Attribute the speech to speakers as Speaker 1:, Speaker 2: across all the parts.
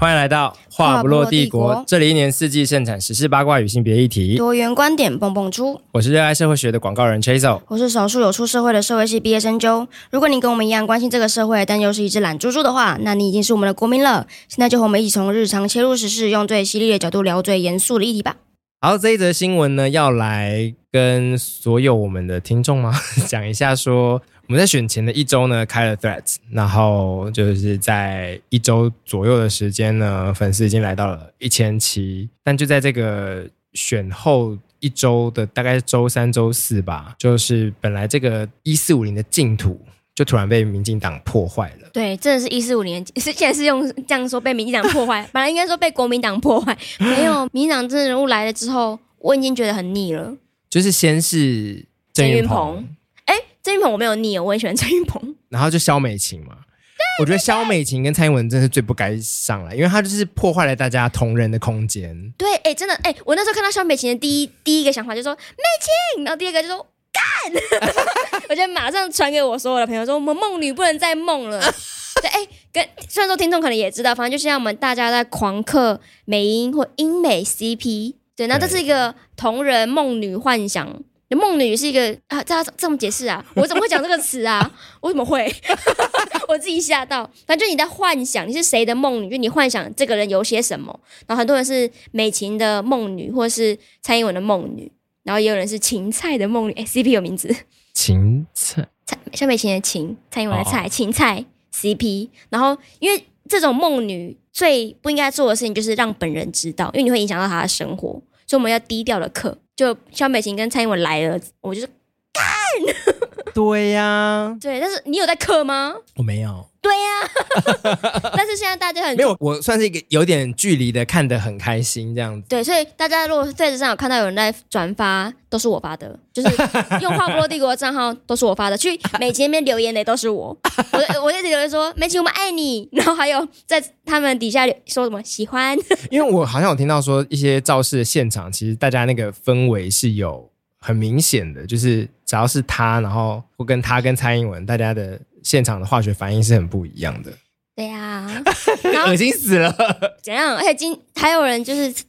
Speaker 1: 来到话不落帝国，这里一年四季盛产时事八卦与性别议题。
Speaker 2: 多元观点蹦蹦出，
Speaker 1: 我是热爱社会学的广告人 Chaso。
Speaker 2: 我是少数有出社会的社会系毕业生啾。如果你跟我们一样关心这个社会，但又是一只懒猪猪的话，那你已经是我们的国民了。现在就和我们一起从日常切入时事，用最犀利的角度聊最严肃的议题吧。
Speaker 1: 好，这一则新闻呢，要来跟所有我们的听众吗 讲一下说，我们在选前的一周呢开了 Threads，然后就是在一周左右的时间呢，粉丝已经来到了一千七，但就在这个选后。一周的大概是周三、周四吧，就是本来这个一四五零的净土就突然被民进党破坏了。
Speaker 2: 对，真的是一四五年， 是现在是用这样说被民进党破坏，本来应该说被国民党破坏，没有，民进党政治人物来了之后，我已经觉得很腻了。
Speaker 1: 就是先是郑
Speaker 2: 郑
Speaker 1: 云
Speaker 2: 云
Speaker 1: 鹏
Speaker 2: 鹏，哎，郑云鹏我没有腻哦，我很喜欢郑云鹏。
Speaker 1: 然后就萧美琴嘛。我觉得萧美琴跟蔡英文真是最不该上来，因为她就是破坏了大家同人的空间。
Speaker 2: 对，哎、真的，哎、我那时候看到萧美琴的第一第一个想法就说美琴，然后第二个就说干， 我就马上传给我所有的朋友说，我们梦女不能再梦了。对，哎、跟虽然说听众可能也知道，反正就现在我们大家在狂嗑美英或英美 CP，对，那这
Speaker 1: 对
Speaker 2: 是一个同人梦女幻想。梦女是一个啊，这要这么解释啊？我怎么会讲这个词啊？我怎么会？ 我自己吓到。反正就你在幻想你是谁的梦女，就你幻想这个人有些什么。然后很多人是美琴的梦女，或是蔡英文的梦女，然后也有人是芹菜的梦女。哎，CP 有名字，
Speaker 1: 芹菜
Speaker 2: 蔡像美琴的芹，蔡英文的
Speaker 1: 哦
Speaker 2: 蔡，芹菜 CP。然后因为这种梦女最不应该做的事情就是让本人知道，因为你会影响到她的生活，所以我们要低调的克。就肖美琴跟蔡英文来了，我就是
Speaker 1: 对呀、
Speaker 2: 对，但是你有在克吗？
Speaker 1: 我没有，
Speaker 2: 但是现在大家很
Speaker 1: 没有，我算是一个有点距离的，看得很开心这样子。
Speaker 2: 对，所以大家如果 Face 上有看到有人在转发，都是我发的，就是用话不落帝国的账号都是我发的，去美琪那边留言的也都是我，我在我在留言说美琪我们爱你，然后还有在他们底下留说什么喜欢，
Speaker 1: 因为我好像有听到说，一些造势的现场，其实大家那个氛围是有很明显的，就是只要是他，然后或跟他跟蔡英文，大家的现场的化学反应是很不一样的，
Speaker 2: 对呀、然后
Speaker 1: 恶心死了。
Speaker 2: 怎样？而且今还有人就是。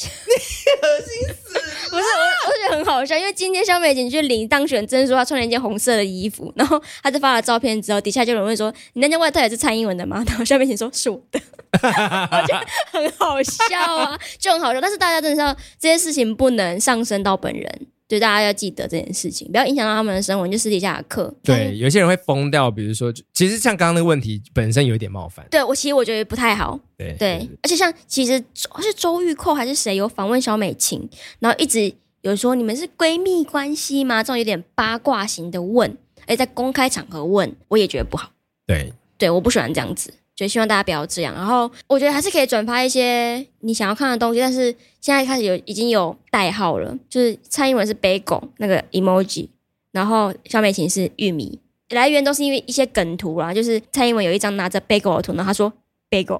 Speaker 2: 你恶心死！不是我，我觉得很好笑，因为今天肖美琴去领当选证书，她穿了一件红色的衣服，然后她就发了照片之后，底下就有人问说：“你那件外套也是蔡英文的吗？” 然后肖美琴说：“是我的。”我觉得很好笑啊，就很好笑。但是大家真的是要这些事情不能上升到本人，对大家要记得这件事情，不要影响到他们的生活，你就私底下的课。
Speaker 1: 对，有些人会疯掉，比如说，就其实像刚刚那个问题本身有一点冒犯。
Speaker 2: 对我其实我觉得不太好，
Speaker 1: 对
Speaker 2: 对，，而且像其实周是周玉蔻还是谁有访问小美琴，然后一直有说你们是闺蜜关系吗？这种有点八卦型的问，而且在公开场合问，我也觉得不好。
Speaker 1: 对，
Speaker 2: 对，我不喜欢这样子，所以希望大家不要这样。然后我觉得还是可以转发一些你想要看的东西，但是现在开始有已经有代号了，就是蔡英文是北狗那个 emoji，然后小美琴是玉米，来源都是因为一些梗图啦，就是蔡英文有一张拿着 bagel 的图，然后他说 bagel，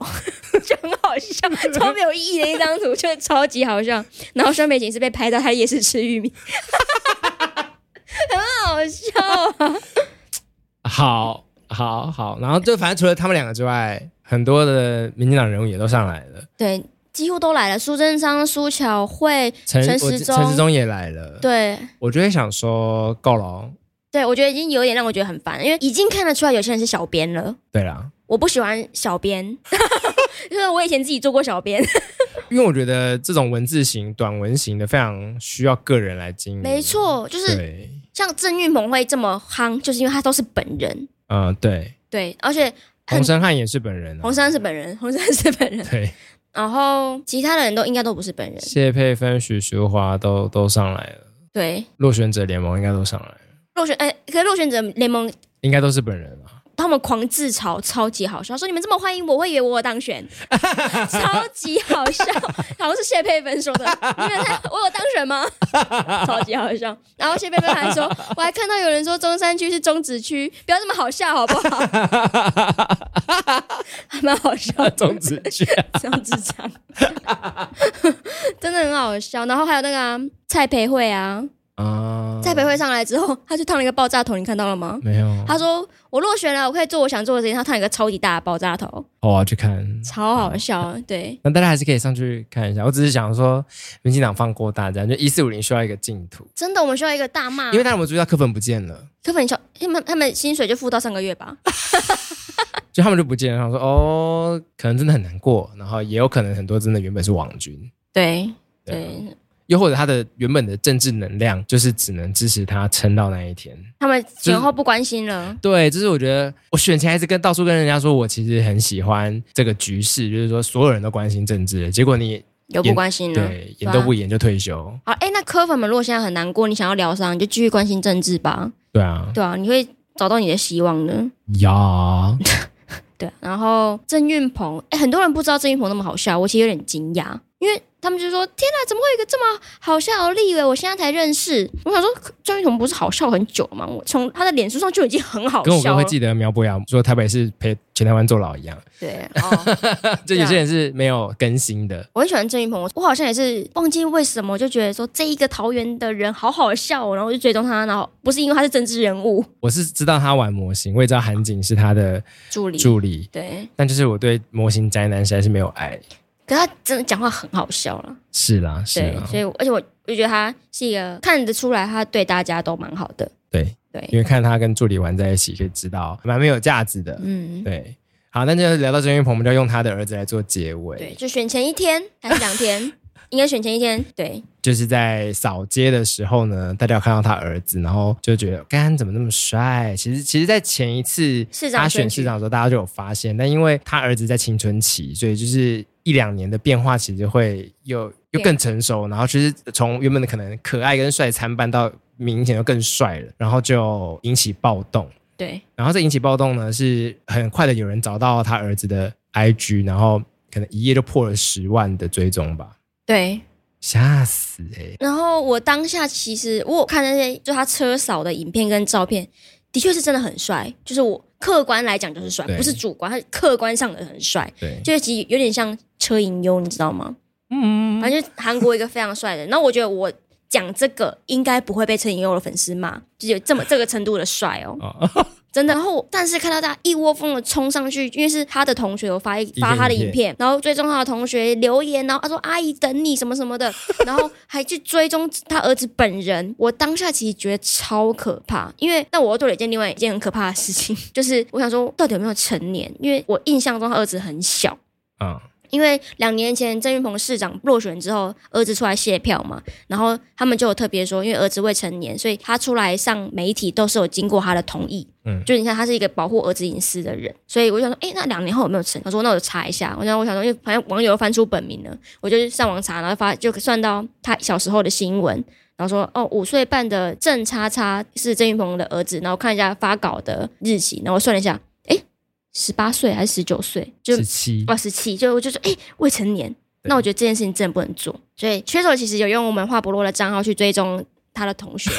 Speaker 2: 就 很好笑，超没有意义的一张图，就超级好笑。然后肖美琴是被拍到她也是吃玉米， 很好笑啊！
Speaker 1: 好，好，好，然后就反正除了他们两个之外，很多的民进党人物也都上来了，
Speaker 2: 对，几乎都来了，苏贞昌、苏巧慧，
Speaker 1: 陈
Speaker 2: 陈
Speaker 1: 我
Speaker 2: 时中
Speaker 1: 陈时中也来了，
Speaker 2: 对。
Speaker 1: 我就会想说够了哦，
Speaker 2: 对，我觉得已经有点让我觉得很烦，因为已经看得出来有些人是小编了。
Speaker 1: 对啦，
Speaker 2: 我不喜欢小编，因为我以前自己做过小编。
Speaker 1: 因为我觉得这种文字型、短文型的非常需要个人来经营，
Speaker 2: 没，错，就是
Speaker 1: 对，
Speaker 2: 像郑运鹏会这么夯，就是因为他都是本人。
Speaker 1: 嗯，对，
Speaker 2: 对，而且很
Speaker 1: 洪生汉也是本人、啊，
Speaker 2: 洪山是本人，洪山是本人，
Speaker 1: 对，
Speaker 2: 然后其他的人都应该都不是本人。
Speaker 1: 谢佩芬、许淑华都都上来了，
Speaker 2: 对，
Speaker 1: 落选者联盟应该都上来了，
Speaker 2: 落选哎，可是落选者联盟
Speaker 1: 应该都是本人啊。
Speaker 2: 他们狂自嘲，超级好笑，说你们这么欢迎我，我以为我有当选，超级好笑，好像是谢佩芬说的，你们在我有当选吗？超级好笑。然后谢佩芬还说，我还看到有人说中山区是中指区，不要这么好笑好不好？还蛮好笑的，
Speaker 1: 中指区、
Speaker 2: 中指长，真的很好笑。然后还有那个啊、蔡培慧啊，
Speaker 1: 啊，
Speaker 2: 在北会上来之后，他去烫了一个爆炸头，你看到了吗？
Speaker 1: 没有，
Speaker 2: 他说：“我落选了，我可以做我想做的事情。”他烫一个超级大的爆炸头，
Speaker 1: 哦我要去看。
Speaker 2: 超好笑。对，
Speaker 1: 那大家还是可以上去看一下。我只是想说，民进党放过大家，就一四五零需要一个净土，
Speaker 2: 真的，我们需要一个大骂。
Speaker 1: 因为大家我们注意到课本不见了，
Speaker 2: 柯粉小他们他们薪水就付到上个月吧，
Speaker 1: 就他们就不见了。然后说哦，可能真的很难过，然后也有可能很多真的原本是网军，
Speaker 2: 对
Speaker 1: 对啊
Speaker 2: 对，
Speaker 1: 又或者他的原本的政治能量就是只能支持他撑到那一天。
Speaker 2: 他们
Speaker 1: 是
Speaker 2: 前后不关心了，
Speaker 1: 对，就是我觉得我选前还是跟到处跟人家说，我其实很喜欢这个局势，就是说所有人都关心政治了，结果你
Speaker 2: 有不关心了。
Speaker 1: 对演都不演就退休，
Speaker 2: 好，哎，那柯粉们如果现在很难过，你想要疗伤，你就继续关心政治吧，
Speaker 1: 对啊，
Speaker 2: 对啊，你会找到你的希望的。
Speaker 1: 呀，
Speaker 2: 对，然后郑运鹏，哎，很多人不知道郑运鹏那么好笑，我其实有点惊讶，因为他们就说：“天哪，怎么会有一个这么好笑的立委？我现在才认识。”我想说，郑运鹏不是好笑很久了吗？我从他的脸书上就已经很好
Speaker 1: 跟我哥
Speaker 2: 笑
Speaker 1: 会。
Speaker 2: 了
Speaker 1: 记得苗博雅说台北是陪全台湾坐牢一样，
Speaker 2: 对，哦，
Speaker 1: 就
Speaker 2: 对啊
Speaker 1: 有些人是没有更新的。
Speaker 2: 我很喜欢郑云鹏，我我好像也是忘记为什么，我就觉得说这一个桃园的人好好笑、哦，然后我就追踪他，然后不是因为他是政治人物
Speaker 1: 我是知道他玩模型，我也知道韩景是他的
Speaker 2: 助理，
Speaker 1: 助理，
Speaker 2: 对，
Speaker 1: 但就是我对模型宅男实在是没有爱。
Speaker 2: 可是他真的讲话很好笑了，
Speaker 1: 是啦，是啊
Speaker 2: 对，
Speaker 1: 啦，
Speaker 2: 所以我而且我我觉得他是一个看得出来他对大家都蛮好的，
Speaker 1: 对，因
Speaker 2: 对，
Speaker 1: 为看他跟助理玩在一起，可以知道蛮没有价值的。
Speaker 2: 嗯。
Speaker 1: 对，好，那就聊到郑云鹏，我们就要用他的儿子来做结
Speaker 2: 对，
Speaker 1: 尾，
Speaker 2: 就选前一天还是两 天？应该选前一天。对，
Speaker 1: 就是在扫街的时候呢，大家有看到他儿子，然后就觉得，干怎么那么帅？其实，其实，在前一次
Speaker 2: 市长
Speaker 1: 他选
Speaker 2: 选举
Speaker 1: 市长的时候，大家就有发现，但因为他儿子在青春期，所以就是一两年的变化，其实会又又
Speaker 2: 变
Speaker 1: 更成熟，然后其实从原本的可能可爱跟帅参半到明显就更帅了，然后就引起暴动。
Speaker 2: 对，
Speaker 1: 然后这引起暴动呢，是很快的有人找到他儿子的 IG，然后可能一夜就破了十万的追踪吧，
Speaker 2: 对。
Speaker 1: 吓死哎、欸！
Speaker 2: 然后我当下其实我有看那些就他车扫的影片跟照片，的确是真的很帅，就是我客观来讲就是帅，
Speaker 1: 对
Speaker 2: 不是主观，他客观上的很帅，
Speaker 1: 对，
Speaker 2: 就是其实有点像车银优，你知道吗？
Speaker 1: 嗯，
Speaker 2: 反正就是韩国一个非常帅的人。那我觉得我讲这个应该不会被车银优的粉丝骂，就是有这么这个程度的帅哦。
Speaker 1: 哦，
Speaker 2: 真的。然后我，但是看到大家一窝蜂的冲上去，因为是他的同学，我发一
Speaker 1: 片
Speaker 2: 发他的影片，然后追踪他的同学留言，然后他说阿姨等你什么什么 的，然后还去追踪他儿子本人。我当下其实觉得超可怕，因为那我又做了一件另外一件很可怕的事情， 就是我想说到底有没有成年，因为我印象中他儿子很小。
Speaker 1: 嗯，
Speaker 2: 因为两年前郑运鹏市长落选之后，儿子出来谢票嘛，然后他们就有特别说，因为儿子未成年，所以他出来上媒体都是有经过他的同意。
Speaker 1: 嗯
Speaker 2: 嗯，就是你看他是一个保护儿子隐私的人，所以我就想说，哎，那两年后有没有成？他说那我就查一下。我想我想说，因为反正网友都翻出本名了，我就上网查，然后发就算到他小时候的新闻。然后说哦，五岁半的郑叉叉是郑云鹏的儿子，然后看一下发稿的日期，然后我算了一下，哎，十八岁还是十九岁？就
Speaker 1: 十七，
Speaker 2: 二十七，就我就说，哎、未成年，
Speaker 1: 对
Speaker 2: 那我觉得这件事情真的不能做。所以缺手其实有用我们华博洛的账号去追踪他的 同学，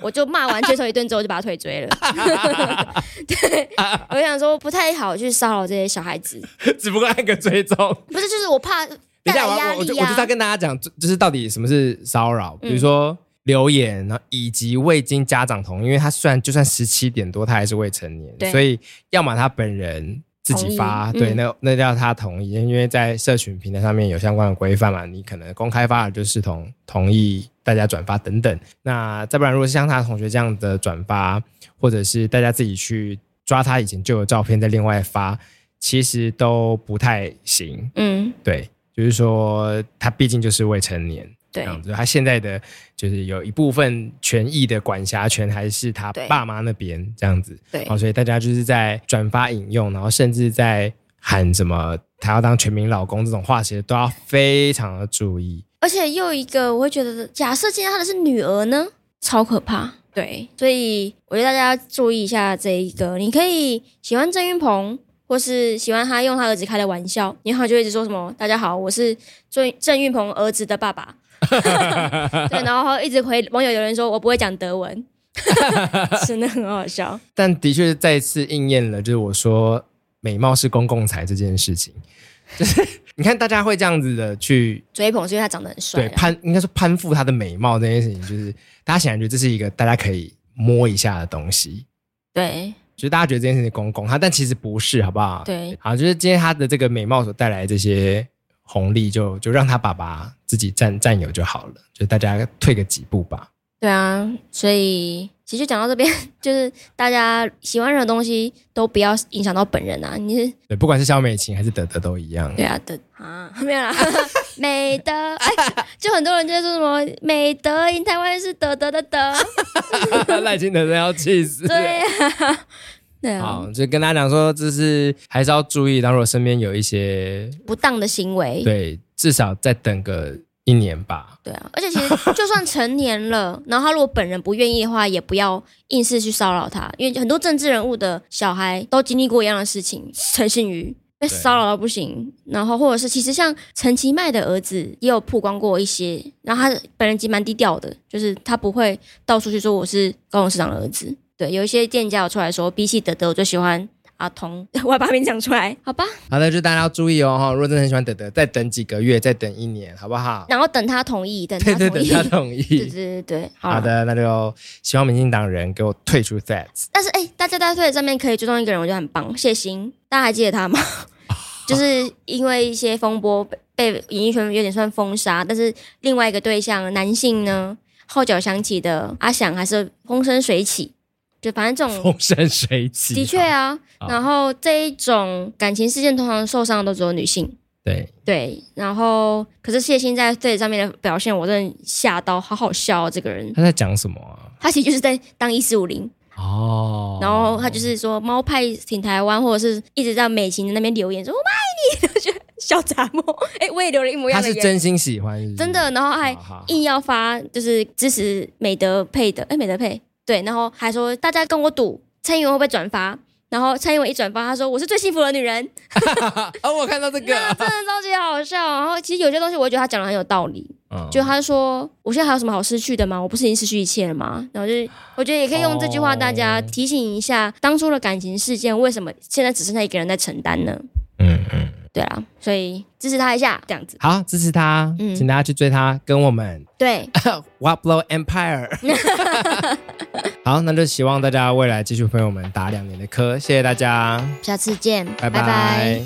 Speaker 2: 我就骂完缺手一顿之后，就把他退追了。 对，我想说不太好去骚扰这些小孩子，
Speaker 1: 只不过按个追踪。
Speaker 2: 不是就是我怕
Speaker 1: 等一
Speaker 2: 带
Speaker 1: 下，
Speaker 2: 来
Speaker 1: 我
Speaker 2: 压
Speaker 1: 要我我就
Speaker 2: 力
Speaker 1: 我就是要
Speaker 2: 啊。
Speaker 1: 跟大家讲，就就是到底什么是骚扰，
Speaker 2: 嗯
Speaker 1: 比如说。留言，然后以及未经家长同意，因为他虽然就算十七点多，他还是未成年，
Speaker 2: 对
Speaker 1: 所以要么他本人自己发，
Speaker 2: 同意
Speaker 1: 对，
Speaker 2: 嗯
Speaker 1: 那那叫他同意，因为在社群平台上面有相关的规范嘛，你可能公开发了就视同同意大家转发等等。那再不然，如果是像他同学这样的转发，或者是大家自己去抓他以前旧的照片再另外发，其实都不太行。
Speaker 2: 嗯，
Speaker 1: 对，就是说他毕竟就是未成年，这
Speaker 2: 对
Speaker 1: 样子，他现在的就是有一部分权益的管辖权还是他
Speaker 2: 对
Speaker 1: 爸妈那边这样子，
Speaker 2: 对
Speaker 1: 好，所以大家就是在转发引用，然后甚至在喊什么他要当全民老公这种话，其实都要非常的注意。
Speaker 2: 而且又一个，我会觉得，假设今天他的是女儿呢，超可怕。对，所以我觉得大家要注意一下这一个。你可以喜欢郑云鹏，或是喜欢他用他儿子开的玩笑，你好就一直说什么“大家好，我是郑郑云鹏儿子的爸 爸”，对，然后一直回网友有人说我不会讲德文， 真的很好笑。
Speaker 1: 但的确再次应验了，就是我说美貌是公共财这件事情，就是你看大家会这样子的去
Speaker 2: 追捧是因为他长得很帅啊
Speaker 1: 对
Speaker 2: 啦，
Speaker 1: 攀，应该说攀附他的美貌这件事情，就是大家显然觉得这是一个大家可以摸一下的东西，
Speaker 2: 对
Speaker 1: 就是大家觉得这件事情公公他，但其实不是，好不好？，
Speaker 2: 对
Speaker 1: 好，就是今天他的这个美貌所带来的这些红利就，就让他爸爸自己占占有就好了，就大家退个几步吧。
Speaker 2: 对啊，所以其实讲到这边， 就是大家喜欢任何东西都不要影响到本人啊，你是
Speaker 1: 对，不管是肖美琴还是德德都一 样。
Speaker 2: 对啊的啊，没有啦，美德，哎，就很多人就会说什么美德赢台湾是德德的德，
Speaker 1: 赖清德真的要气死。
Speaker 2: 对啊，对啊，
Speaker 1: 好，就跟大家讲说，就是还是要注意，当如果身边有一些
Speaker 2: 不当的行为，
Speaker 1: 对，至少再等个一年吧。
Speaker 2: 对啊，而且其实就算成年了， 然后他如果本人不愿意的话，也不要硬是去骚扰他，因为很多政治人物的小孩都经历过一样的事情，陈信宇。被
Speaker 1: 对
Speaker 2: 骚扰到不行，然后或者是其实像陈其迈的儿子也有曝光过一些，然后他本人其实蛮低调的，就是他不会到处去说我是高雄市长的儿子。对，有一些店家有出来说，比起德德，我最喜欢阿童，我要把名讲出来，好 吧？
Speaker 1: 好的，就大家要注意哦哈。如果真的很喜欢德德，再等几个月，再等一年，好不 好？
Speaker 2: 然后等他同意，等
Speaker 1: 对
Speaker 2: 他
Speaker 1: 对，
Speaker 2: 同
Speaker 1: 等
Speaker 2: 意，
Speaker 1: 他同
Speaker 2: 对对
Speaker 1: 意。
Speaker 2: 对对，啦
Speaker 1: 好的，那就希望民进党人给我退出 Threads。
Speaker 2: 但是哎、大家在推特上面可以追踪一个人，我觉得很棒，谢欣，大家还记得他吗？ 就是因为一些风波被被演艺圈有点算封杀，但是另外一个对象男性呢，号角响起的阿翔还是风生水起，就反正这种
Speaker 1: 风生水起。
Speaker 2: 嗯的确，啊，
Speaker 1: 好
Speaker 2: 然后这一种感情事件通常受伤的都只有女性。
Speaker 1: 对，
Speaker 2: 对，然后可是谢欣在对上面的表现，我真的吓到，好好笑哦！这个人，
Speaker 1: 他在讲什么啊？
Speaker 2: 他其实就是在当一四五零，
Speaker 1: 哦，
Speaker 2: 然后他就是说猫派挺台湾，或者是一直在美琴的那边留言说我爱你，我觉得小杂毛， 哎、我也留了一模一
Speaker 1: 他
Speaker 2: 样的
Speaker 1: 是
Speaker 2: 言，
Speaker 1: 真心喜欢，是不是
Speaker 2: 真的，哎然后还
Speaker 1: 好好好
Speaker 2: 硬要发就是支持美德配的，哎、美德配对，然后还说大家跟我赌蔡英文会不会转发，然后蔡英文一转发，他说我是最幸福的女人，
Speaker 1: 哦，我看到这
Speaker 2: 那
Speaker 1: 个，
Speaker 2: 真的超级好笑。然后其实有些东西我会觉得他讲的很有道理，
Speaker 1: 嗯
Speaker 2: 就他说：“我现在还有什么好失去的吗？我不是已经失去一切了吗？”然后就是，我觉得也可以用这句话，
Speaker 1: 哦
Speaker 2: 大家提醒一下，当初的感情事件为什么现在只剩下一个人在承担呢？
Speaker 1: 嗯嗯，
Speaker 2: 对啊，所以支持他一下，这样子。
Speaker 1: 好，支持他，
Speaker 2: 嗯
Speaker 1: 请大家去追他，跟我们
Speaker 2: 对，
Speaker 1: Waplo Empire。好，那就希望大家未来继续陪我们打两年的科，谢谢大家，
Speaker 2: 下次见，
Speaker 1: 拜拜